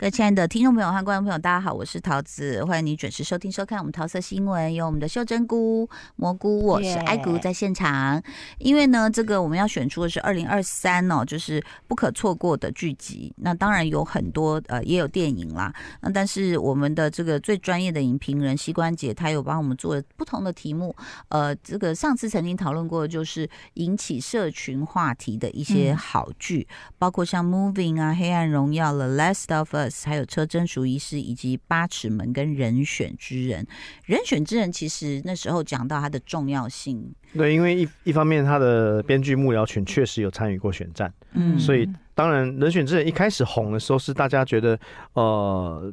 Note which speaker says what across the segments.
Speaker 1: 各位亲爱的听众朋友和观众朋友，大家好，我是桃子，欢迎你准时收听收看我们桃色新闻，有我们的秀珍菇、蘑菇，我是
Speaker 2: Yeah
Speaker 1: 爱菇在现场。因为呢，这个我们要选出的是二零二三哦，就是不可错过的剧集。那当然有很多呃，也有电影啦。那但是我们的这个最专业的影评人膝关节，他有帮我们做了不同的题目。呃，这个上次曾经讨论过，就是引起社群话题的一些
Speaker 2: 嗯
Speaker 1: 好剧。包括像《Moving》啊、《黑暗荣耀》了，《The Last of Us》，还有《车贞淑医师》，以及《八尺门》跟《人选之人》。《人选之人》其实那时候讲到它的重要性，
Speaker 3: 对，因为一一方面，他的编剧幕僚群确实有参与过选战，
Speaker 1: 嗯
Speaker 3: 所以当然，人选之人一开始红的时候是大家觉得，呃，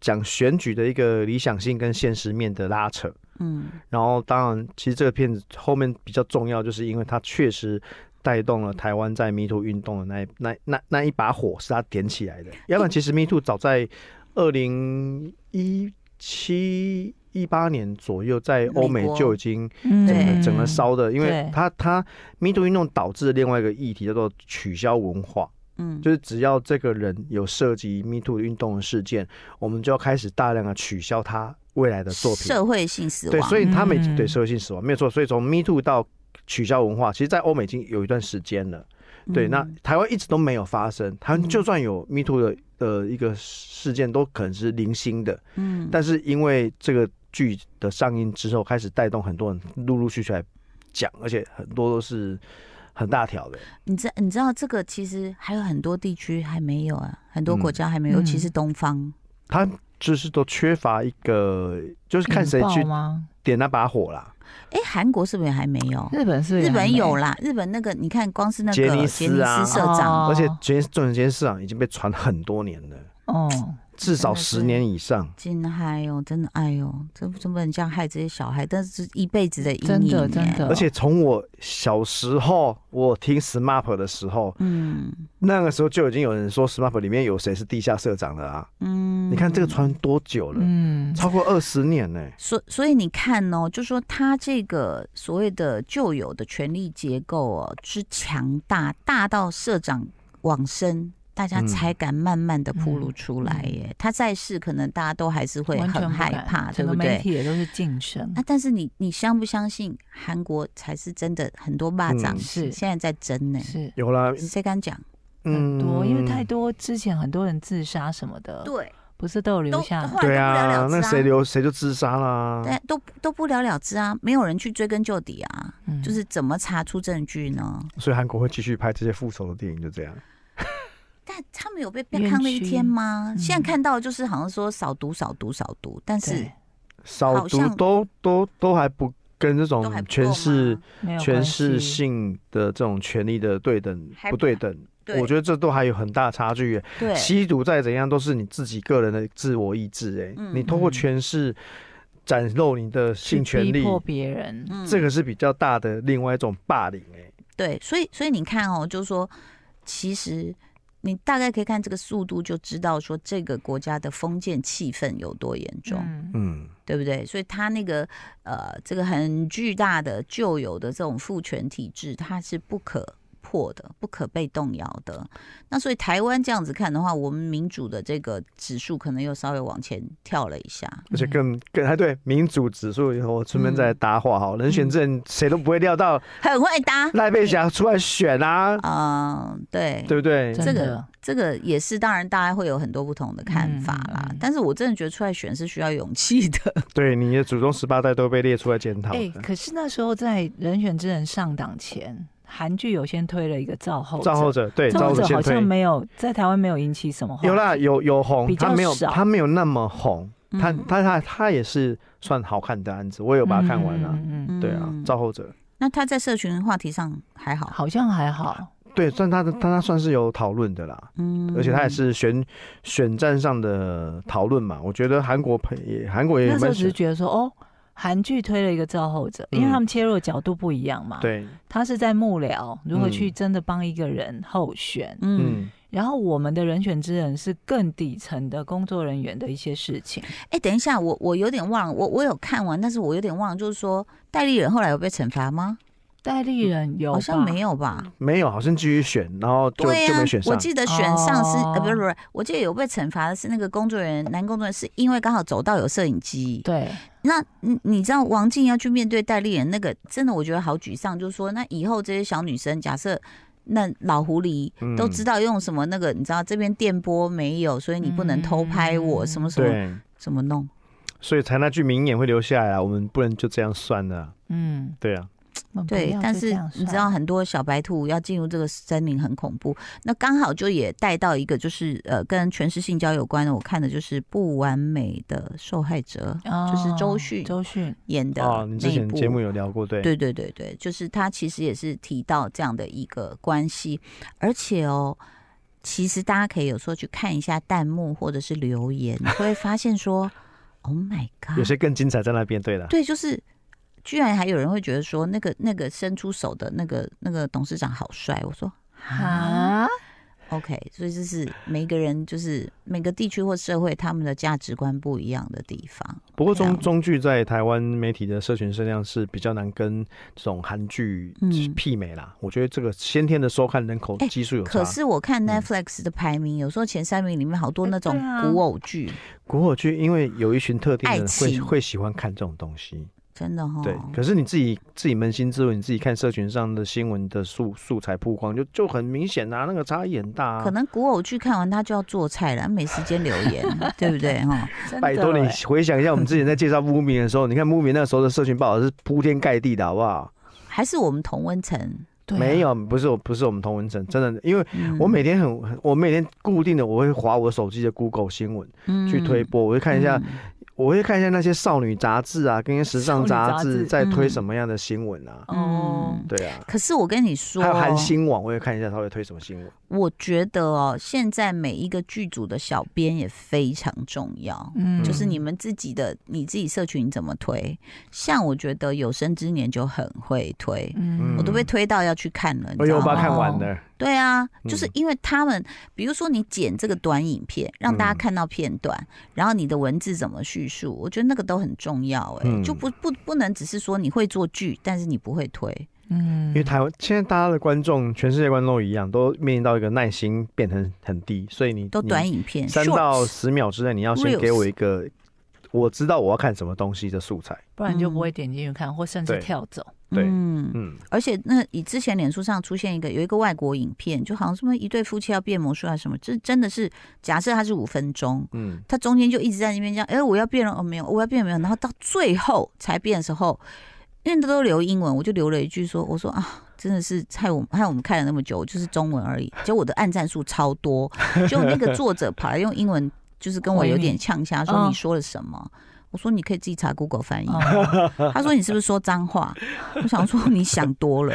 Speaker 3: 讲选举的一个理想性跟现实面的拉扯。
Speaker 1: 嗯
Speaker 3: 然后，当然，其实这个片子后面比较重要，就是因为它确实带动了台湾在 Me Too 运动的那一那那那一把火是它点起来的。要不然，其实 Me Too 早在二零一七一八年左右，在欧
Speaker 1: 美
Speaker 3: 美
Speaker 1: 国
Speaker 3: 就已经
Speaker 2: 嗯
Speaker 1: 对
Speaker 3: 整个烧的，因为
Speaker 2: 对
Speaker 3: 它它 Me Too 运动导致的另外一个议题叫做取消文化，
Speaker 1: 嗯，
Speaker 3: 就是只要这个人有涉及 Me Too 运动的事件，我们就要开始大量的取消他未来的作品。
Speaker 1: 社会性死亡，
Speaker 3: 对，所以他每、
Speaker 2: 嗯
Speaker 3: 对社会性死亡没有错，所以从 Me Too 到取消文化，其实在欧美已经有一段时间了。对，
Speaker 1: 嗯
Speaker 3: 那台湾一直都没有发生，台
Speaker 1: 嗯
Speaker 3: 湾就算有 Me Too 的呃一个事件，都可能是零星的。
Speaker 1: 嗯，
Speaker 3: 但是因为这个剧的上映之后，开始带动很多人陆陆续续来讲，而且很多都是很大条的。
Speaker 1: 你知你知道这个其实还有很多地区还没有啊，很多
Speaker 3: 嗯
Speaker 1: 国家还没有，
Speaker 2: 嗯
Speaker 1: 尤其是东方，
Speaker 3: 他就是都缺乏一个，就是看谁去
Speaker 2: 嗯引爆吗？
Speaker 3: 点那把火啦。
Speaker 1: 哎，韩国是不是还没有？
Speaker 2: 日本是不是
Speaker 1: 日本有
Speaker 2: 了，
Speaker 1: 啦，日本那个你看，光是那个
Speaker 3: 杰尼
Speaker 1: 杰
Speaker 3: 斯啊
Speaker 1: 社长，
Speaker 2: 哦
Speaker 3: 而且全重点，今天市场已经被传很多年了，
Speaker 2: 哦，
Speaker 3: 至少
Speaker 1: 真的是
Speaker 3: 十年以
Speaker 2: 啊
Speaker 3: 上。
Speaker 1: 真嗨哦，真的哎呦，真真不能这样害这些小孩，但是一辈子的阴
Speaker 2: 真
Speaker 1: 影
Speaker 2: 的
Speaker 1: 耶
Speaker 2: 真，的，
Speaker 3: 而且从我小时候，我听 SMAP 的时候，
Speaker 1: 嗯
Speaker 3: 那个时候就已经有人说 SMAP 里面有谁是地下社长了啊？
Speaker 1: 嗯，
Speaker 3: 你看这个传多久了？
Speaker 2: 嗯，
Speaker 3: 超过二十年呢、
Speaker 1: 所所以你看哦，就说他这个所谓的旧有的权力结构哦之强大，大到社长往生。大家
Speaker 3: 嗯
Speaker 1: 才敢慢慢的铺露出来
Speaker 2: 嗯嗯
Speaker 1: 耶，他在世可能大家都还是会
Speaker 2: 完全
Speaker 1: 很
Speaker 2: 不
Speaker 1: 害
Speaker 2: 敢
Speaker 1: 怕，对
Speaker 2: 整
Speaker 1: 不
Speaker 2: 个媒
Speaker 1: 对？
Speaker 2: 体也都是晋升
Speaker 1: 那、，但是你你相不相信韩国才是真的很多霸掌、
Speaker 3: 嗯
Speaker 2: 是
Speaker 1: 现在在争呢？
Speaker 2: 是
Speaker 3: 有啦，
Speaker 1: 谁敢讲？
Speaker 2: 很
Speaker 3: 嗯，
Speaker 2: 多，因为太多之前很多人自杀什么的，
Speaker 1: 对，
Speaker 2: 不是都有留
Speaker 1: 都
Speaker 2: 下
Speaker 1: 后来
Speaker 3: 对
Speaker 1: 都不了
Speaker 3: 啊
Speaker 1: 了，之
Speaker 3: 那谁留谁就自杀啦。
Speaker 1: 但都都不了了之啊，没有人去追根究底啊，
Speaker 2: 嗯
Speaker 1: 就是怎么查出证据呢？
Speaker 3: 所以韩国会继续拍这些复仇的电影，就这样。
Speaker 1: 但他们有被被
Speaker 2: 冤
Speaker 1: 康的一天
Speaker 2: 屈
Speaker 1: 吗？
Speaker 2: 嗯
Speaker 1: 现在看到就是好像说少读少读少读，但是
Speaker 2: 对
Speaker 3: 少
Speaker 1: 好像
Speaker 3: 读都都都还不跟这种
Speaker 1: 都还不够
Speaker 3: 权势
Speaker 1: 吗？
Speaker 2: 没有
Speaker 3: 权
Speaker 2: 关
Speaker 3: 势
Speaker 2: 系
Speaker 3: 性的这种权利的对等
Speaker 1: 还
Speaker 3: 不对等，
Speaker 1: 对
Speaker 3: 我觉得这都还有很大差距耶。
Speaker 1: 对，
Speaker 3: 吸毒再怎样都是你自己个人的自我意志，哎、
Speaker 1: 嗯
Speaker 3: 你通过
Speaker 2: 嗯
Speaker 3: 权势展露你的
Speaker 2: 去
Speaker 3: 性权
Speaker 2: 逼
Speaker 3: 利，
Speaker 2: 迫别人，
Speaker 1: 嗯
Speaker 3: 这个是比较大的另外一种霸凌、哎，
Speaker 1: 对，所以所以你看哦，就是说，其实你大概可以看这个速度就知道说这个国家的封建气氛有多严重。
Speaker 2: 嗯
Speaker 3: 嗯，
Speaker 1: 对不对？所以他那个呃，这个很巨大的旧有的这种父权体制，它是不可破的，不可被动摇的。那所以台湾这样子看的话，我们民主的这个指数可能又稍微往前跳了一下。
Speaker 3: 而且
Speaker 2: 嗯
Speaker 3: 更更还对民主指数，我顺便再搭话哈，
Speaker 2: 嗯
Speaker 3: 人选证谁都不会料到
Speaker 1: 很会搭。
Speaker 3: 赖佩霞出来选 啊，
Speaker 1: 嗯、对，
Speaker 3: 对不对？
Speaker 2: 真
Speaker 1: 这个
Speaker 2: 的
Speaker 1: 这个也是，当然大家会有很多不同的看法啦。
Speaker 2: 嗯嗯嗯
Speaker 1: 但是我真的觉得出来选是需要勇气的。
Speaker 3: 对，你的祖宗十八代都被列出来检讨
Speaker 2: 哎，
Speaker 3: 的。
Speaker 2: 可是那时候在《人选之人》上档前，韩剧有先推了一个赵后者，
Speaker 3: 赵后者对，
Speaker 2: 赵
Speaker 3: 赵
Speaker 2: 后
Speaker 3: 后者
Speaker 2: 者好
Speaker 3: 先
Speaker 2: 像
Speaker 3: 推，
Speaker 2: 没有在台湾没有引起什么话题，
Speaker 3: 有啦，有有红
Speaker 2: 比，较
Speaker 3: 他没有
Speaker 2: 少
Speaker 3: 他没有那么红， 他
Speaker 1: 嗯
Speaker 3: 他他他也是算好看的案子，我也有把它看完了。
Speaker 2: 嗯嗯嗯
Speaker 3: 对啊，
Speaker 1: 嗯
Speaker 3: 赵后者，
Speaker 1: 那他在社群话题上还好，
Speaker 2: 好像还好，
Speaker 3: 对，算他的，他他算是有讨论的啦，
Speaker 1: 嗯
Speaker 3: 而且他也是选选战上的讨论嘛。我觉得韩国朋也韩国也
Speaker 2: 那时候
Speaker 3: 蛮
Speaker 2: 只是
Speaker 3: 喜
Speaker 2: 觉得说哦。韩剧推了一个赵后者，因为
Speaker 3: 嗯
Speaker 2: 他们切入的角度不一样嘛。，
Speaker 3: 对，
Speaker 2: 他是在幕僚如何去
Speaker 3: 嗯
Speaker 2: 真的帮一个人候选，
Speaker 1: 嗯。
Speaker 3: 嗯，
Speaker 2: 然后我们的人选之人是更底层的工作人员的一些事情。
Speaker 1: 哎、等一下，我我有点忘了，我我有看完，但是我有点忘了，就是说戴立人后来有被惩罚吗？
Speaker 2: 戴立人有
Speaker 1: 好像
Speaker 2: 吧嗯
Speaker 1: 没有吧？
Speaker 3: 没有，好像继续选，然后就
Speaker 1: 对
Speaker 3: 就
Speaker 1: 呀、
Speaker 3: 没选
Speaker 1: 我
Speaker 3: 上。
Speaker 1: 记得选上是呃，不是
Speaker 2: 哦
Speaker 1: 不是，我记得有被惩罚的是那个工作人员，男工作人员是因为刚好走到有摄影机。
Speaker 2: 对，
Speaker 1: 那你你知道王静要去面对戴丽人那个，真的我觉得好沮丧，就是说那以后这些小女生，假设那老狐狸
Speaker 3: 嗯
Speaker 1: 都知道用什么那个，你知道这边电波没有，所以你不能偷拍我，
Speaker 2: 嗯
Speaker 1: 什么什么
Speaker 3: 对，
Speaker 1: 怎么弄？
Speaker 3: 所以才那句名言会留下来啊，我们不能就这样算了啊。
Speaker 2: 嗯，
Speaker 3: 对啊，
Speaker 2: 我们不
Speaker 1: 对
Speaker 2: 要，
Speaker 1: 但
Speaker 2: 就是这样
Speaker 1: 你知
Speaker 2: 算
Speaker 1: 道很多小白兔要进入这个森林很恐怖，那刚好就也带到一个就是呃跟全是性交有关的，我看的就是《不完美的受害者》就是周
Speaker 2: 哦
Speaker 1: 迅
Speaker 2: 周迅，
Speaker 1: 演的
Speaker 3: 哦，你之
Speaker 1: 那一
Speaker 3: 前
Speaker 1: 啊部
Speaker 3: 节目有聊过，对，
Speaker 1: 对对啊对对，就是他其实也是提到这样的一个关系，而且哦，其实大家可以有时候去看一下弹幕或者是留言，你会发现说 ，Oh my
Speaker 3: 有
Speaker 1: God，
Speaker 3: 些更精彩在那边。对了，
Speaker 1: 对，啊就是居然还有人会觉得说，那个那个伸出手的那个那个董事长好帅，我说啊。
Speaker 2: 啊，
Speaker 1: OK，所以这是每个人，就是每个地区或社会，他们的价值观不一样的地方。
Speaker 3: 不过
Speaker 1: 对
Speaker 3: 中
Speaker 1: 啊
Speaker 3: 中剧在台湾媒体的社群声量是比较难跟这种韩剧
Speaker 1: 嗯
Speaker 3: 媲美啦。我觉得这个先天的收看人口
Speaker 1: 哎
Speaker 3: 基数有差。
Speaker 1: 可是我看
Speaker 3: 嗯
Speaker 1: Netflix 的排名，有时候前三名里面好多
Speaker 2: 哎
Speaker 1: 那种
Speaker 2: 对啊
Speaker 1: 古偶剧，
Speaker 3: 古偶剧因为有一群特定的人
Speaker 1: 爱
Speaker 3: 会
Speaker 1: 情
Speaker 3: 会喜欢看这种东西，
Speaker 1: 真的哈、
Speaker 3: 对。可是你自己自己扪心自问，你自己看社群上的新闻的素素材曝光，就就很明显啊，那个差异很大、啊。
Speaker 1: 可能古偶剧看完他就要做菜了，没时间留言，对不对哈？
Speaker 2: 真
Speaker 3: 拜
Speaker 2: 的
Speaker 3: 托你
Speaker 2: 欸
Speaker 3: 回想一下，我们之前在介绍 Movie 的时候，你看 Movie 那时候的社群报道是铺天盖地的，好不好？
Speaker 1: 还是我们同温层？
Speaker 2: 对啊
Speaker 3: 没有，不是我，不是我们同文层，真的，因为
Speaker 1: 嗯
Speaker 3: 我每天很，我每天固定的我会划我手机的 Google 新闻去推播，我会看一下，
Speaker 1: 嗯
Speaker 3: 我会看一下那些少女杂志啊，跟时尚杂
Speaker 2: 少女杂
Speaker 3: 志
Speaker 2: 志
Speaker 3: 在推
Speaker 1: 嗯
Speaker 3: 什么样的新闻啊，
Speaker 2: 哦
Speaker 1: 嗯，
Speaker 3: 对啊。
Speaker 1: 可是我跟你说哦
Speaker 3: 还有，韩星网，我也看一下他会推什么新闻。
Speaker 1: 我觉得哦，现在每一个剧组的小编也非常重要。
Speaker 2: 嗯
Speaker 1: 就是你们自己的你自己社群怎么推，像我觉得有生之年就很会推，
Speaker 2: 嗯
Speaker 1: 我都被推到要去看了，你
Speaker 3: 哎
Speaker 1: 知
Speaker 3: 呦，
Speaker 1: 道
Speaker 3: 我把
Speaker 1: 吗
Speaker 3: 它？看完了，
Speaker 1: 对啊，就是
Speaker 3: 嗯
Speaker 1: 因为他们，比如说你剪这个短影片，让大家
Speaker 3: 嗯
Speaker 1: 看到片段，然后你的文字怎么叙述，我觉得那个都很重要、哎、
Speaker 3: 嗯
Speaker 1: 就不不不能只是说你会做剧，但是你不会推，
Speaker 2: 嗯，
Speaker 3: 因为台湾现在大家的观众，全世界观众都一样，都面临到一个耐心变成很低，所以你
Speaker 1: 都
Speaker 3: 你
Speaker 1: 短影片，
Speaker 3: 三到
Speaker 1: shorts
Speaker 3: 十秒之内，你要先
Speaker 1: Reels
Speaker 3: 给我一个我知道我要看什么东西的素材。
Speaker 2: 不然你就不
Speaker 1: 嗯
Speaker 2: 会点进去看，或甚至
Speaker 3: 对
Speaker 2: 跳 走。
Speaker 3: 对
Speaker 1: 嗯，
Speaker 3: 嗯，
Speaker 1: 而且那以之前脸书上出现一个有一个外国影片，就好像什么一对夫妻要变魔术啊什么，这真的是假设它是五分钟，
Speaker 3: 嗯，
Speaker 1: 他中间就一直在那边讲，哎、我要变了，哦没有，我要变没有，然后到最后才变的时候，因为都留英文，我就留了一句说，我说啊。真的是害我们害我们看了那么久，就是中文而已。结果我的暗战数超多，结果那个作者跑来用英文，就是跟我有点呛下，说
Speaker 2: 嗯
Speaker 1: 你说了什么？我说你可以自己查 Google 翻译。
Speaker 2: 哦
Speaker 1: 他说你是不是说脏话？我想说你想多 了。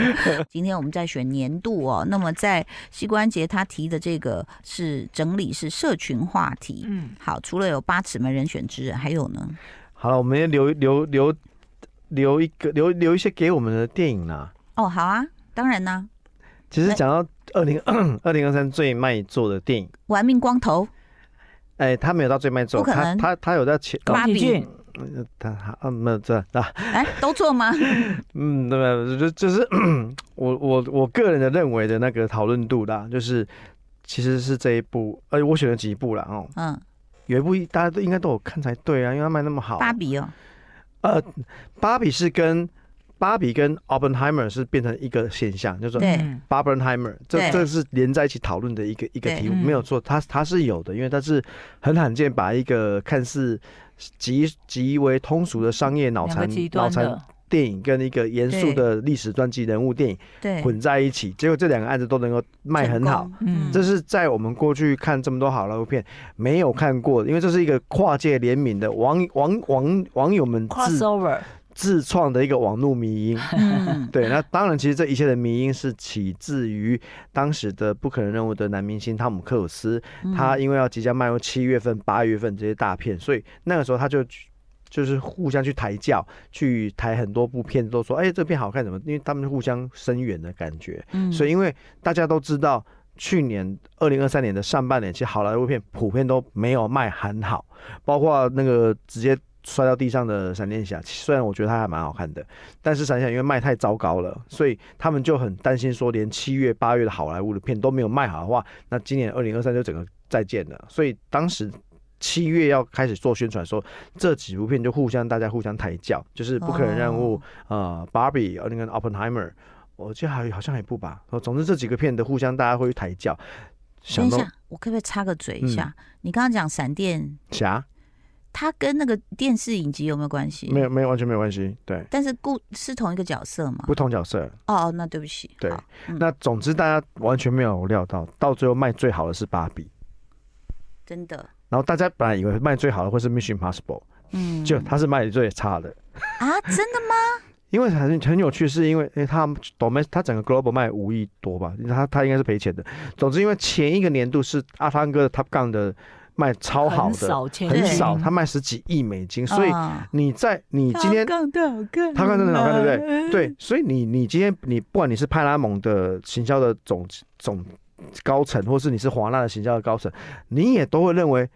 Speaker 1: 今天我们在选年度哦，那么在膝关节他提的这个是整理是社群话题，
Speaker 2: 嗯，
Speaker 1: 好，除了有八尺门人选之人，还有呢？
Speaker 3: 好了，我们也留留留留一个留留一些给我们的电影啦。
Speaker 1: 哦，好啊，当然啦、
Speaker 3: 其实
Speaker 1: 那
Speaker 3: 讲到二零 二零二三最卖座的电影，
Speaker 1: 玩命光头，
Speaker 3: 哎、他没有到最卖座，
Speaker 1: 不可
Speaker 3: 他
Speaker 1: 能
Speaker 3: 他他有在前，
Speaker 1: 高芭
Speaker 2: 宫崎
Speaker 1: 比
Speaker 2: 骏
Speaker 3: 呃他他啊没有这啊，
Speaker 1: 哎，都做 吗？
Speaker 3: 嗯，对吧？就就是 我我我个人的认为的那个讨论度啦，就是其实是这一部，哎、我选了几部啦哦，
Speaker 1: 嗯，
Speaker 3: 有一部大家都应该都有看才对啊，因为它卖那么好。
Speaker 1: 芭比哦，
Speaker 3: 呃，芭比是跟芭比跟 Oppenheimer 是变成一个现象，就是说
Speaker 1: 对
Speaker 2: 嗯
Speaker 3: Barbenheimer，这
Speaker 1: 对
Speaker 3: 这是连在一起讨论的一个一个
Speaker 1: 对
Speaker 3: 题目，
Speaker 2: 嗯
Speaker 3: 没有错，它它是有的，因为它是很罕见把一个看似极极为通俗的商业脑
Speaker 2: 两个
Speaker 3: 残
Speaker 2: 极
Speaker 3: 脑
Speaker 2: 端
Speaker 3: 残
Speaker 2: 的，
Speaker 3: 电影跟一个严肃
Speaker 1: 对
Speaker 3: 的历史传记人物电影
Speaker 1: 对，
Speaker 3: 混在一起，结果这两个案子都能够卖很好
Speaker 1: 成。功，
Speaker 2: 嗯
Speaker 3: 这是在我们过去看这么多好莱坞片没有看过的，因为这是一个跨界联名的网网网网友们自
Speaker 2: crossover，
Speaker 3: 自创的一个网络迷因。
Speaker 1: 嗯，
Speaker 3: 对，那当然，其实这一切的迷因是起自于当时的《不可能任务》的男明星汤姆克鲁斯，
Speaker 1: 嗯
Speaker 3: 他因为要即将迈入七月份、八月份这些大片，所以那个时候他就去就是互相去抬轿，去抬很多部片，都说哎、这片好看什么，因为他们互相声援的感觉。
Speaker 1: 嗯
Speaker 3: 所以因为大家都知道，去年二零二三年的上半年，其实好莱坞片普遍都没有卖很好，包括那个直接摔到地上的闪电侠，虽然我觉得它还蛮好看的，但是闪电侠因为卖太糟糕了，所以他们就很担心说，连七月、八月的好莱坞的片都没有卖好的话，那今年二零二三就整个再见了。所以当时七月要开始做宣传的时候，这几部片就互相大家互相抬轿，就是《不可能任务》呃，《芭比》呃那个《Oppenheimer》，我记得还有好像还有一部吧。哦总之这几个片的互相大家会去抬轿。
Speaker 1: 等
Speaker 3: 想
Speaker 1: 一
Speaker 3: 到嗯
Speaker 1: 下，我可不可以插个嘴一下？你刚刚讲闪电，
Speaker 3: 侠
Speaker 1: 它跟那个电视影集有没有关系？
Speaker 3: 没有，没有完全没有关系，对，
Speaker 1: 但是故是同一个角色嘛？
Speaker 3: 不同角色。
Speaker 1: 哦，哦那对不起，
Speaker 3: 对
Speaker 1: 好，嗯
Speaker 3: 那总之大家完全没有料到，到最后卖最好的是芭比。
Speaker 1: 真的，
Speaker 3: 然后大家本来以为卖最好的会是 Mission Possible，
Speaker 1: 嗯，
Speaker 3: 就它是卖最差的。
Speaker 1: 啊，真的吗？
Speaker 3: 因为很很有趣，是因为因为它 domestic 它整个 global 卖五亿多吧，它它应该是赔钱的。总之，因为前一个年度是阿汤哥的 Top Gun 的卖超好
Speaker 2: 很
Speaker 3: 的，
Speaker 2: 少钱，
Speaker 3: 很
Speaker 1: 对
Speaker 3: 少，他卖十几亿美金， 所以
Speaker 1: 啊
Speaker 3: 你在你今天
Speaker 2: 杠的好看，
Speaker 3: 他看真的好看，对不
Speaker 2: 对？
Speaker 3: 对，所以你你今天你不管你是派拉蒙的行销的总总高层，或是你是华纳的行销的高层，你也都会认为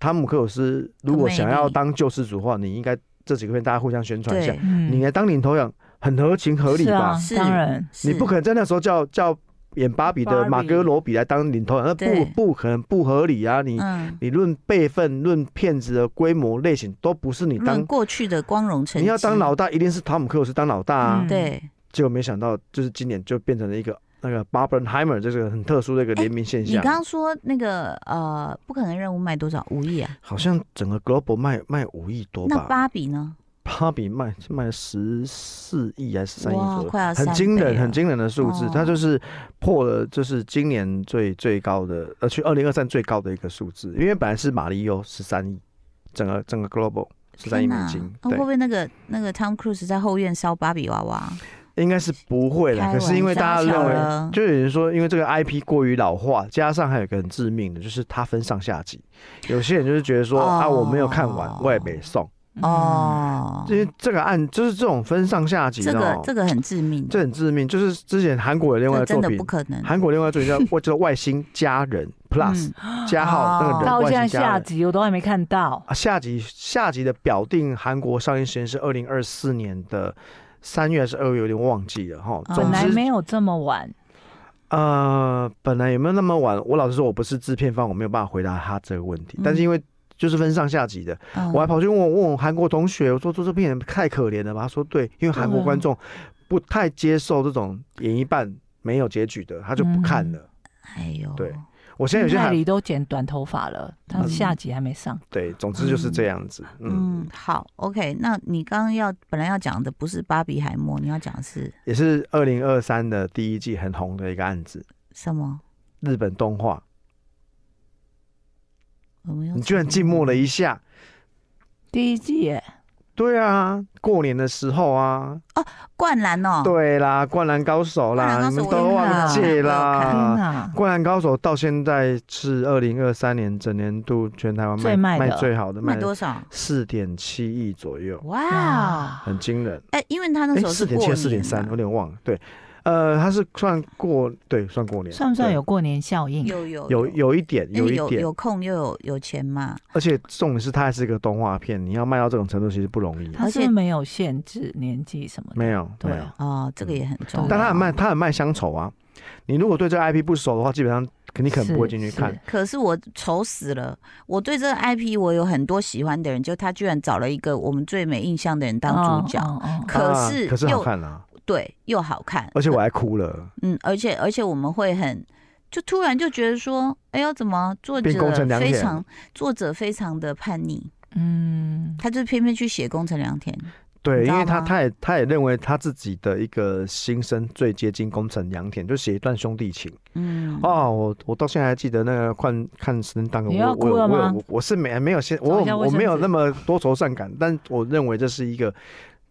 Speaker 3: 汤姆克鲁斯如果想要当救世主的话，你应该这几个片大家互相宣传一下，
Speaker 1: 对，
Speaker 2: 嗯
Speaker 3: 你来当领头羊，很合情合理
Speaker 2: 是
Speaker 3: 吧？
Speaker 2: 啊
Speaker 1: 是
Speaker 2: 当然，
Speaker 1: 是
Speaker 3: 你不可能在那时候叫叫演芭比的
Speaker 2: Barbie
Speaker 3: 马哥罗比来当领头羊，那
Speaker 1: 对
Speaker 3: 不不可能不合理啊！你、
Speaker 1: 嗯，
Speaker 3: 你论辈分、论片子的规模、类型，都不是你
Speaker 1: 论
Speaker 3: 当。
Speaker 1: 过去的光荣成绩，
Speaker 3: 你要当老大，一定是汤姆克鲁斯当老大啊！
Speaker 2: 嗯
Speaker 1: 对，
Speaker 3: 结果没想到，就是今年就变成了一个那个 Barbenheimer 这个很特殊的一个联名现
Speaker 1: 哎你
Speaker 3: 象。
Speaker 1: 刚刚说那个呃，不可能任务卖多少？五亿啊？
Speaker 3: 好像整个 Global 卖卖五亿多
Speaker 1: 那
Speaker 3: 吧，
Speaker 1: 芭比呢？
Speaker 3: 芭比卖是卖十四亿还是三亿
Speaker 1: 哇
Speaker 3: 左，右，
Speaker 1: 快要
Speaker 3: 很
Speaker 1: 三
Speaker 3: 惊
Speaker 1: 倍
Speaker 3: 人，
Speaker 1: 了
Speaker 3: 很惊人的数字，
Speaker 1: 哦
Speaker 3: 它就是破了，就是今年最最高的，呃，去二零二三最高的一个数字，因为本来是马里欧十三亿，整个整个 Global 十三亿
Speaker 1: 天
Speaker 3: 美
Speaker 1: 哪哦
Speaker 3: 金，
Speaker 1: 那会
Speaker 3: 对
Speaker 1: 不，会那个那个 Tom Cruise 在后院烧芭比娃娃？
Speaker 3: 应该是不会的，
Speaker 1: 开
Speaker 3: 可是因
Speaker 1: 玩
Speaker 3: 为
Speaker 1: 笑嗯
Speaker 3: 大家认为。
Speaker 1: 了
Speaker 3: 就有人说，因为这个 IP 过于老化，加上还有一个很致命的，就是它分上下集。有些人就是觉得说、啊，我没有看完，我也没送。
Speaker 1: 嗯哦，
Speaker 3: 因为这个案就是这种分上下集
Speaker 1: 这个
Speaker 3: 哦，
Speaker 1: 这个很致命，
Speaker 3: 这很致命。就是之前韩国有另外
Speaker 1: 这
Speaker 3: 的
Speaker 1: 真
Speaker 3: 作
Speaker 1: 的
Speaker 3: 品
Speaker 1: 不，可能。
Speaker 3: 韩国另外一个作品叫叫《外星家
Speaker 1: 嗯
Speaker 3: 人 Plus、加号那个
Speaker 1: 哦
Speaker 3: 人
Speaker 2: 到
Speaker 3: 外
Speaker 2: 现在
Speaker 3: 星家
Speaker 2: 下
Speaker 3: 人。
Speaker 2: 集我都还没看到，
Speaker 3: 啊，下集下集的表定韩国上映时间是二零二四年的三月还是二月，有点忘记了哈。
Speaker 1: 哦
Speaker 3: 总
Speaker 2: 本来
Speaker 3: 之
Speaker 2: 没有这么
Speaker 3: 嗯
Speaker 2: 晚，
Speaker 3: 呃，本来有没有那么晚？我老实说，我不是制片方，我没有办法回答他这个问题。
Speaker 1: 嗯
Speaker 3: 但是因为就是分上下集的，
Speaker 1: 嗯
Speaker 3: 我还跑去问我问我韩国同学，我说做这片人太可怜了吧？他说对，因为韩
Speaker 1: 啊
Speaker 3: 国观众不太接受这种演一半没有结局的，他就不看了。
Speaker 1: 哎呦，
Speaker 3: 对我现在有些
Speaker 2: 泰
Speaker 3: 韩
Speaker 2: 里都剪短头发了，他
Speaker 1: 嗯
Speaker 2: 下集还没上。
Speaker 3: 对，总之就是这样子。嗯，
Speaker 1: 嗯，好，OK，那你刚刚要本来要讲的不是芭比海默，你要讲的是
Speaker 3: 也是二零二三的第一季很红的一个案子，
Speaker 1: 什么？
Speaker 3: 日本动画。
Speaker 1: 我们又
Speaker 3: 你居然静默了一下。
Speaker 2: 第一季耶，
Speaker 3: 对啊，过年的时候啊，
Speaker 1: 灌篮哦，
Speaker 3: 对啦，灌篮高手
Speaker 1: 灌
Speaker 3: 啦，
Speaker 1: 篮
Speaker 3: 你
Speaker 1: 高手
Speaker 3: 们都
Speaker 2: 我有看
Speaker 3: 忘记
Speaker 1: 啊我有啊
Speaker 2: 天
Speaker 3: 啦。
Speaker 2: 哪！
Speaker 3: 灌篮高手到现在是二零二三年整年度全台湾卖
Speaker 2: 最卖的
Speaker 3: 卖最好的，卖
Speaker 1: 卖多少？
Speaker 3: 四点七亿左右，
Speaker 1: 哇，
Speaker 3: 很惊人。
Speaker 1: 哎，因为他那时候
Speaker 3: 四
Speaker 1: 是
Speaker 3: 点
Speaker 1: 过
Speaker 3: 七、
Speaker 1: 年，
Speaker 3: 四点三，有，点忘了。对，呃，它是算过，对，算过年，
Speaker 2: 算不算
Speaker 3: 对
Speaker 2: 有？过年效应？
Speaker 1: 有有
Speaker 3: 有有一点，
Speaker 1: 因
Speaker 3: 有
Speaker 1: 为
Speaker 3: 一
Speaker 1: 有
Speaker 3: 点，
Speaker 1: 有空又有有钱嘛，
Speaker 3: 而且重点是它还是一个动画片，你要卖到这种程度其实不容易。
Speaker 1: 嗯
Speaker 2: 他是不是没有限制年纪什么的，
Speaker 3: 没有，
Speaker 2: 对
Speaker 3: 没
Speaker 2: 啊
Speaker 3: 有，
Speaker 1: 哦，这个也很重要。
Speaker 3: 但它很卖，它很卖乡愁啊。你如果对这个 IP 不熟的话，基本上你可能不会
Speaker 2: 是
Speaker 3: 进去
Speaker 2: 是哦
Speaker 3: 看。
Speaker 1: 可是我愁死了，我对这个 IP 我有很多喜欢的人，就他居然找了一个我们最没印象的人当主角，
Speaker 2: 哦哦哦
Speaker 1: 可
Speaker 3: 啊
Speaker 1: 是
Speaker 3: 可是好
Speaker 1: 又
Speaker 3: 看啊，
Speaker 1: 对又好看，
Speaker 3: 而且我还哭 了，
Speaker 1: 嗯，而且而且我们会很，就突然就觉得说，哎呦，怎么作
Speaker 3: 变宫
Speaker 1: 者
Speaker 3: 城良
Speaker 1: 非
Speaker 3: 田
Speaker 1: 常作者非常的叛逆，
Speaker 2: 嗯，
Speaker 1: 他就偏偏去写宫城良田，
Speaker 3: 对，
Speaker 1: 你知
Speaker 3: 因
Speaker 1: 道
Speaker 3: 为他
Speaker 1: 吗
Speaker 3: 他也他也认为他自己的一个心声最接近宫城良田，就写一段兄弟情。
Speaker 1: 嗯，
Speaker 3: 哦，我我到现在还记得那个看看神当个，
Speaker 2: 你要
Speaker 3: 我我
Speaker 2: 哭
Speaker 3: 有
Speaker 2: 了
Speaker 3: 我
Speaker 2: 吗
Speaker 3: 有我是没没有先
Speaker 2: 找
Speaker 3: 我
Speaker 2: 一下
Speaker 3: 有
Speaker 2: 卫
Speaker 3: 我
Speaker 2: 生
Speaker 3: 没有
Speaker 2: 纸
Speaker 3: 那么多愁善感，但我认为这是一个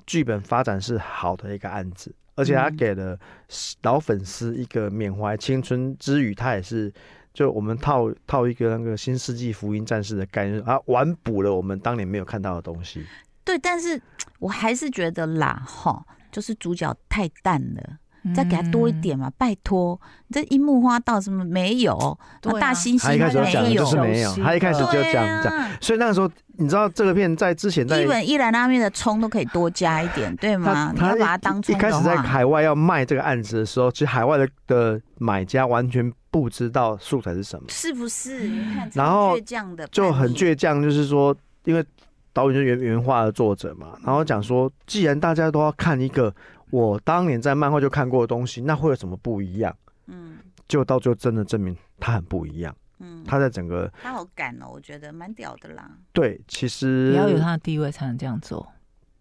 Speaker 3: 剧本发展是好的一个案子，而且他
Speaker 1: 嗯
Speaker 3: 给了老粉丝一个缅怀青春之余，他也是。就我们套套一个那个新世纪福音战士的概念啊，完补了我们当年没有看到的东西。
Speaker 1: 对，但是我还是觉得啦，哈，就是主角太淡了，再给他多一
Speaker 2: 嗯
Speaker 1: 点嘛，拜托，这樱木花道什么没有，
Speaker 2: 对啊
Speaker 1: 大猩
Speaker 3: 他
Speaker 1: 猩
Speaker 3: 一开始就
Speaker 1: 没
Speaker 3: 讲的
Speaker 1: 有，
Speaker 3: 就是没
Speaker 2: 熟
Speaker 3: 有，
Speaker 2: 悉
Speaker 3: 他一开始就
Speaker 1: 对
Speaker 3: 讲讲。
Speaker 1: 啊。
Speaker 3: 所以那个时候，你知道这个片在之前在
Speaker 1: 一碗一兰拉面的葱都可以多加一点，对
Speaker 3: 他
Speaker 1: 吗？你
Speaker 3: 他
Speaker 1: 要
Speaker 3: 一
Speaker 1: 把它当
Speaker 3: 一
Speaker 1: 葱
Speaker 3: 开
Speaker 1: 的
Speaker 3: 始在
Speaker 1: 话，
Speaker 3: 海外要卖这个案子的时候，其实海外的的买家完全不知道素材是什么，
Speaker 1: 是不是？你看，
Speaker 3: 然后
Speaker 1: 倔强的
Speaker 3: 就很
Speaker 1: 倔。
Speaker 3: 倔强，就是说，因为导演就是原原画的作者嘛，然后讲说，既然大家都要看一个我当年在漫画就看过的东西，那会有什么不一样？
Speaker 1: 嗯
Speaker 3: 就到最后真的证明它很不一样，
Speaker 1: 嗯，
Speaker 3: 它在整个
Speaker 1: 他好敢哦，我觉得蛮屌的啦。
Speaker 3: 对，其实
Speaker 2: 也要有他的地位才能这样做。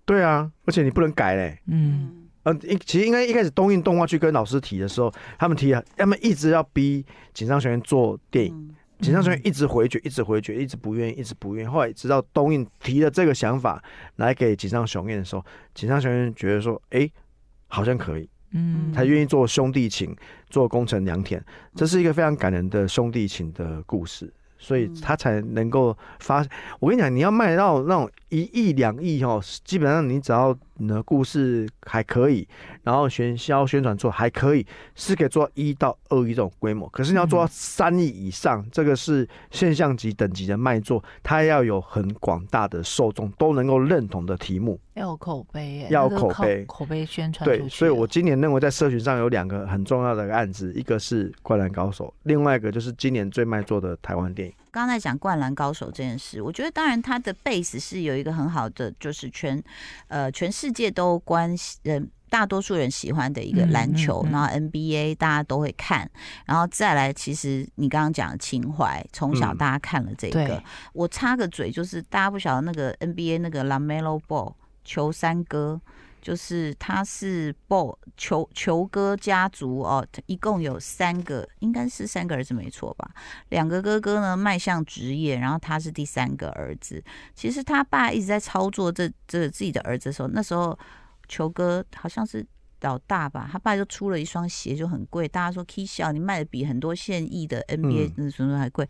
Speaker 3: 对啊，而且你不能改嘞、
Speaker 2: 嗯，
Speaker 1: 嗯，
Speaker 3: 呃，一其实应该一开始东映动画去跟老师提的时候，他们提了，他们一直要逼井上雄彦做电影，
Speaker 1: 嗯
Speaker 3: 井上雄彦一直回绝，一直回绝，一直不愿意，一直不愿意。后来直到东映提了这个想法来给井上雄彦的时候，井上雄彦觉得说，哎、好像可以，
Speaker 2: 嗯，
Speaker 3: 他愿意做兄弟情，做宫城良田，这是一个非常感人的兄弟情的故事。所以
Speaker 1: 嗯
Speaker 3: 他才能够发，我跟你讲，你要卖到那种一亿两亿哦，基本上你只要你的故事还可以，然后宣销宣传做还可以，是可以做到一到二亿这种规模。可是你要做到三亿以上，这个是现象级等级的卖座，它要有很广大的受众都能够认同的题目。
Speaker 2: 要有口碑耶，
Speaker 3: 要有
Speaker 2: 那都
Speaker 3: 口
Speaker 2: 靠
Speaker 3: 碑
Speaker 2: 口碑宣传出
Speaker 3: 对，
Speaker 2: 去
Speaker 3: 所以我
Speaker 2: 了
Speaker 3: 今年认为在社群上有两个很重要的案子，一个是《灌篮高手》，另外一个就是今年最卖座的台湾电影。
Speaker 1: 刚才讲《灌篮高手》这件事，我觉得当然它的 base 是有一个很好的，就是全呃全世界都关系人。大多数人喜欢的一个
Speaker 2: 嗯
Speaker 1: 篮球，
Speaker 2: 嗯嗯
Speaker 1: 然后 NBA 大家都会看，然后再来，其实你刚刚讲的情怀，从小
Speaker 3: 嗯
Speaker 1: 大家看了这个。
Speaker 2: 对
Speaker 1: 我插个嘴，就是大家不晓得那个 NBA 那个 Lamelo Ball 球三哥，就是他是 Ball 球球哥家族哦，一共有三个，应该是三个儿子没错吧？两个哥哥呢迈向职业，然后他是第三个儿子。其实他爸一直在操作这这自己的儿子的时候，那时候球哥好像是。老大吧，他爸就出了一双鞋就很贵，大家说 K 小你卖的比很多现役的 NBA 那什么还贵，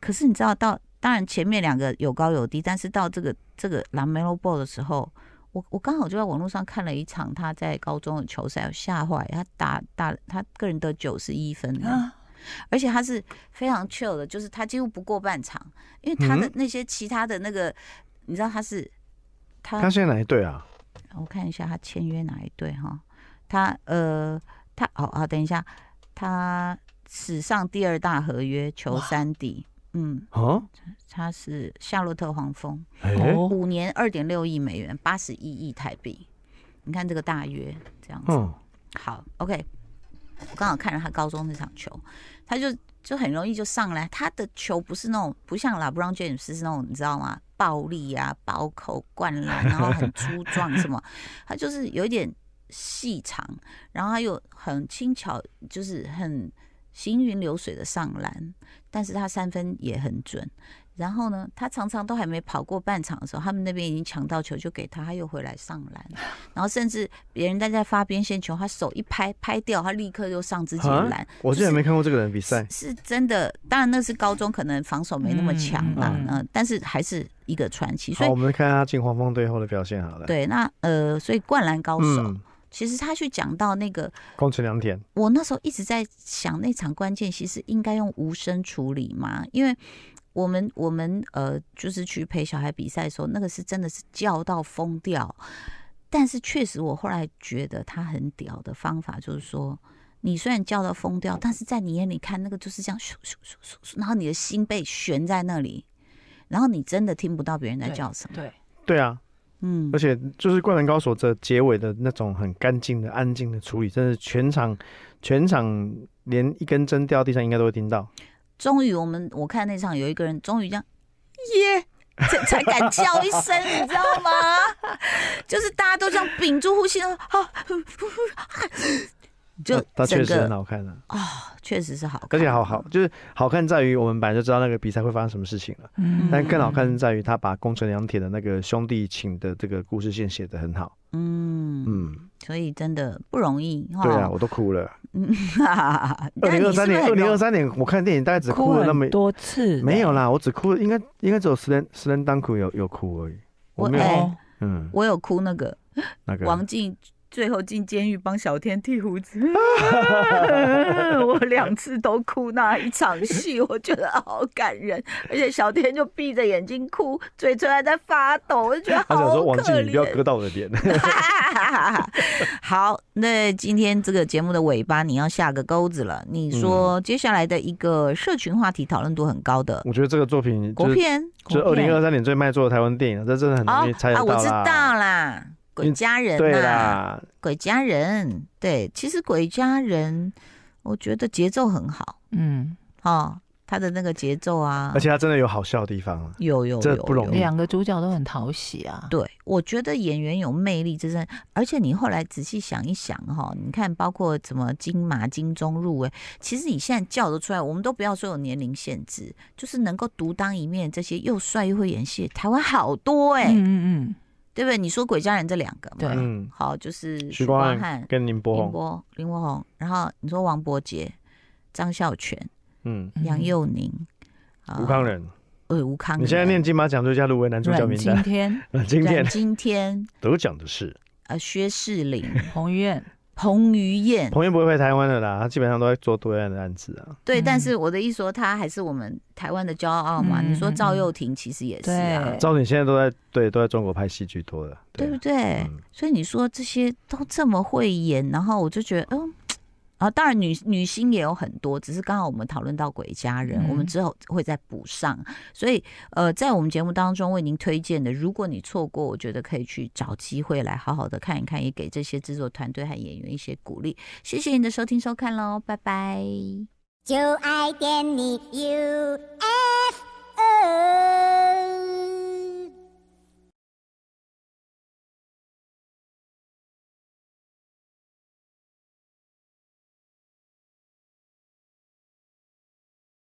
Speaker 1: 可是你知道到当然前面两个有高有低，但是到这个这个 Lamelo Ball 的时候，我我刚好就在网络上看了一场他在高中的球赛，我吓坏，他打打他个人得九十一分，
Speaker 2: 啊，
Speaker 1: 而且他是非常 chill 的，就是他几乎不过半场，因为
Speaker 2: 嗯
Speaker 1: 他的那些其他的那个，你知道他是他
Speaker 3: 他现在哪一队啊？
Speaker 1: 我看一下他签约哪一队哈，他呃他哦啊等一下，他史上第二大合约球
Speaker 2: 哇
Speaker 1: 三底，嗯，
Speaker 3: 啊？
Speaker 1: 他是夏洛特黄蜂，
Speaker 3: 哎、
Speaker 2: 哦
Speaker 1: 五年二点六亿美元，八十一亿台币，你看这个大约这样子。
Speaker 3: 嗯，
Speaker 1: 好，OK，我刚好看了他高中那场球，他就就很容易就上来，他的球不是那种不像 LeBron James 是那种你知道吗？暴力啊，包扣、灌篮，然后很粗壮什么，他就是有一点细长，然后他又很轻巧，就是很行云流水的上篮，但是他三分也很准。然后呢，他常常都还没跑过半场的时候，他们那边已经抢到球就给他，他又回来上篮，然后甚至别人在在发边线球，他手一拍拍掉，他立刻就上自己的
Speaker 3: 啊
Speaker 1: 篮。
Speaker 3: 我之前
Speaker 1: 就是
Speaker 3: 没看过这个人比赛。
Speaker 1: 是真的，当然那是高中，可能防守没那么强啦，
Speaker 2: 嗯嗯
Speaker 1: 嗯、
Speaker 2: 嗯
Speaker 1: 但是还是一个传奇。所
Speaker 3: 好，我
Speaker 1: 以
Speaker 3: 们看他进黄蜂队后的表现好了。，
Speaker 1: 对，那呃，所以灌篮高手，
Speaker 3: 嗯，
Speaker 1: 其实他去讲到那个，
Speaker 3: 宫城良田，
Speaker 1: 我那时候一直在想，那场关键其实应该用无声处理嘛，因为。我们我们呃，就是去陪小孩比赛的时候，那个是真的是叫到疯掉。但是确实，我后来觉得他很屌的方法就是说，你虽然叫到疯掉，但是在你眼里看那个就是这样咻咻咻咻咻，然后你的心被悬在那里，然后你真的听不到别人在叫什么。
Speaker 2: 对，
Speaker 3: 对啊，
Speaker 1: 嗯
Speaker 3: 而，且就是《灌篮高手》这结尾的那种很干净的、安静的处理，真是全场全场连一根针掉地上应该都会听到。
Speaker 1: 终于我们我看那场有一个人终于这样耶。才才敢叫一声，你知道吗？ 就是大家都这样屏住呼吸，啊，就
Speaker 3: 他他确
Speaker 1: 整
Speaker 3: 实很
Speaker 1: 个
Speaker 3: 好看啊，
Speaker 1: 确实是好看，
Speaker 3: 而且好好就是好看在于我们本来就知道那个比赛会发生什么事情了。
Speaker 2: 嗯
Speaker 3: 但更好看是在于他把宫城良铁的那个兄弟情的这个故事线写得很好。
Speaker 1: 嗯，
Speaker 3: 嗯，
Speaker 1: 所以真的不容易哈。
Speaker 3: 对啊，我都哭了。
Speaker 1: 啊，
Speaker 3: 二零二三年，二零二
Speaker 1: 三，
Speaker 3: 三年我看电影大概只哭了那么
Speaker 2: 很多次，
Speaker 3: 没有，啦，我只哭了，应该应该只有十连十连当哭有有哭而已。我
Speaker 1: 我
Speaker 3: 没有，
Speaker 1: 哎
Speaker 2: 哦，
Speaker 3: 嗯，
Speaker 1: 我有哭那个
Speaker 3: 那个
Speaker 1: 王静最后进监狱帮小天剃胡 子， 我两次都哭那一场戏，我觉得好感人，而且小天就闭着眼睛哭，嘴唇还在发抖，我就觉得
Speaker 3: 他想
Speaker 1: 好
Speaker 3: 说王
Speaker 1: 可
Speaker 3: 静，你不要
Speaker 1: 怜
Speaker 3: 割到我的脸。
Speaker 1: 好，那今天这个节目的尾巴，你要下个钩子了。
Speaker 3: 嗯
Speaker 1: 你说接下来的一个社群话题讨论度很高的
Speaker 3: 我觉得这个作品
Speaker 1: 国
Speaker 3: 就是
Speaker 1: 片，
Speaker 3: 就是
Speaker 2: 国
Speaker 3: 二
Speaker 2: 片
Speaker 3: 零二三年最卖座的台湾电影，这真的很
Speaker 1: 哦
Speaker 3: 容易猜得
Speaker 1: 啊，
Speaker 3: 到啦。
Speaker 1: 我知道啦，鬼家人
Speaker 3: 对
Speaker 1: 呐、
Speaker 3: 啦，
Speaker 1: 鬼家人，对，其实鬼家人，我觉得节奏很好
Speaker 2: 嗯，
Speaker 1: 哦，他的那个节奏啊
Speaker 3: 而，且它真的有好笑的地方啊。
Speaker 1: 有有
Speaker 3: 这
Speaker 1: 有
Speaker 3: 不容易
Speaker 1: 有
Speaker 2: 两个主角都很讨喜啊。
Speaker 1: 对，我觉得演员有魅力，真是。而且你后来仔细想一想哈，你看包括什么金马、金钟入围，其实你现在叫得出来，我们都不要说有年龄限制，就是能够独当一面这些又帅又会演戏，台湾好多哎、
Speaker 2: 嗯嗯
Speaker 1: 对不对？你说《鬼家人》这两个嘛，
Speaker 2: 对
Speaker 3: 嗯，
Speaker 1: 好就是
Speaker 3: 许
Speaker 1: 光
Speaker 3: 光汉跟林
Speaker 1: 林
Speaker 3: 柏宏，
Speaker 1: 柏林柏宏，然后你说王伯杰、张孝全、
Speaker 3: 嗯，
Speaker 2: 嗯，
Speaker 1: 杨佑宁、啊
Speaker 3: 吴康仁。
Speaker 1: 呃吴康仁，
Speaker 3: 你现在念金马奖最佳入围男主角
Speaker 2: 阮
Speaker 3: 名
Speaker 2: 经
Speaker 3: 单，
Speaker 2: 天、
Speaker 3: 阮 经天
Speaker 1: 阮经天、
Speaker 3: 得奖的是
Speaker 1: 呃薛士林、
Speaker 2: 彭于晏，
Speaker 1: 彭于晏。
Speaker 3: 彭晏不会回台湾的啦，他基本上都在做对岸的案子啊。
Speaker 1: 对，但
Speaker 2: 嗯
Speaker 1: 是我的意思说，他还是我们台湾的骄傲嘛。
Speaker 2: 嗯
Speaker 1: 你说
Speaker 2: 嗯
Speaker 1: 赵
Speaker 2: 嗯
Speaker 1: 又廷其实也是啊
Speaker 2: 对，，
Speaker 3: 赵鼎现在都在对都在中国拍戏居多的，
Speaker 1: 对
Speaker 3: 啊
Speaker 1: 不对？
Speaker 3: 嗯
Speaker 1: 所以你说这些都这么会演，然后我就觉得，嗯。啊，当然女女星也有很多，只是刚好我们讨论到《鬼家人》我们
Speaker 2: 嗯
Speaker 1: 之后会再补上。所以，呃，在我们节目当中为您推荐的，如果你错过，我觉得可以去找机会来好好的看一看，也给这些制作团队和演员一些鼓励。谢谢您的收听收看喽，拜拜。
Speaker 4: 就爱点你 UFO。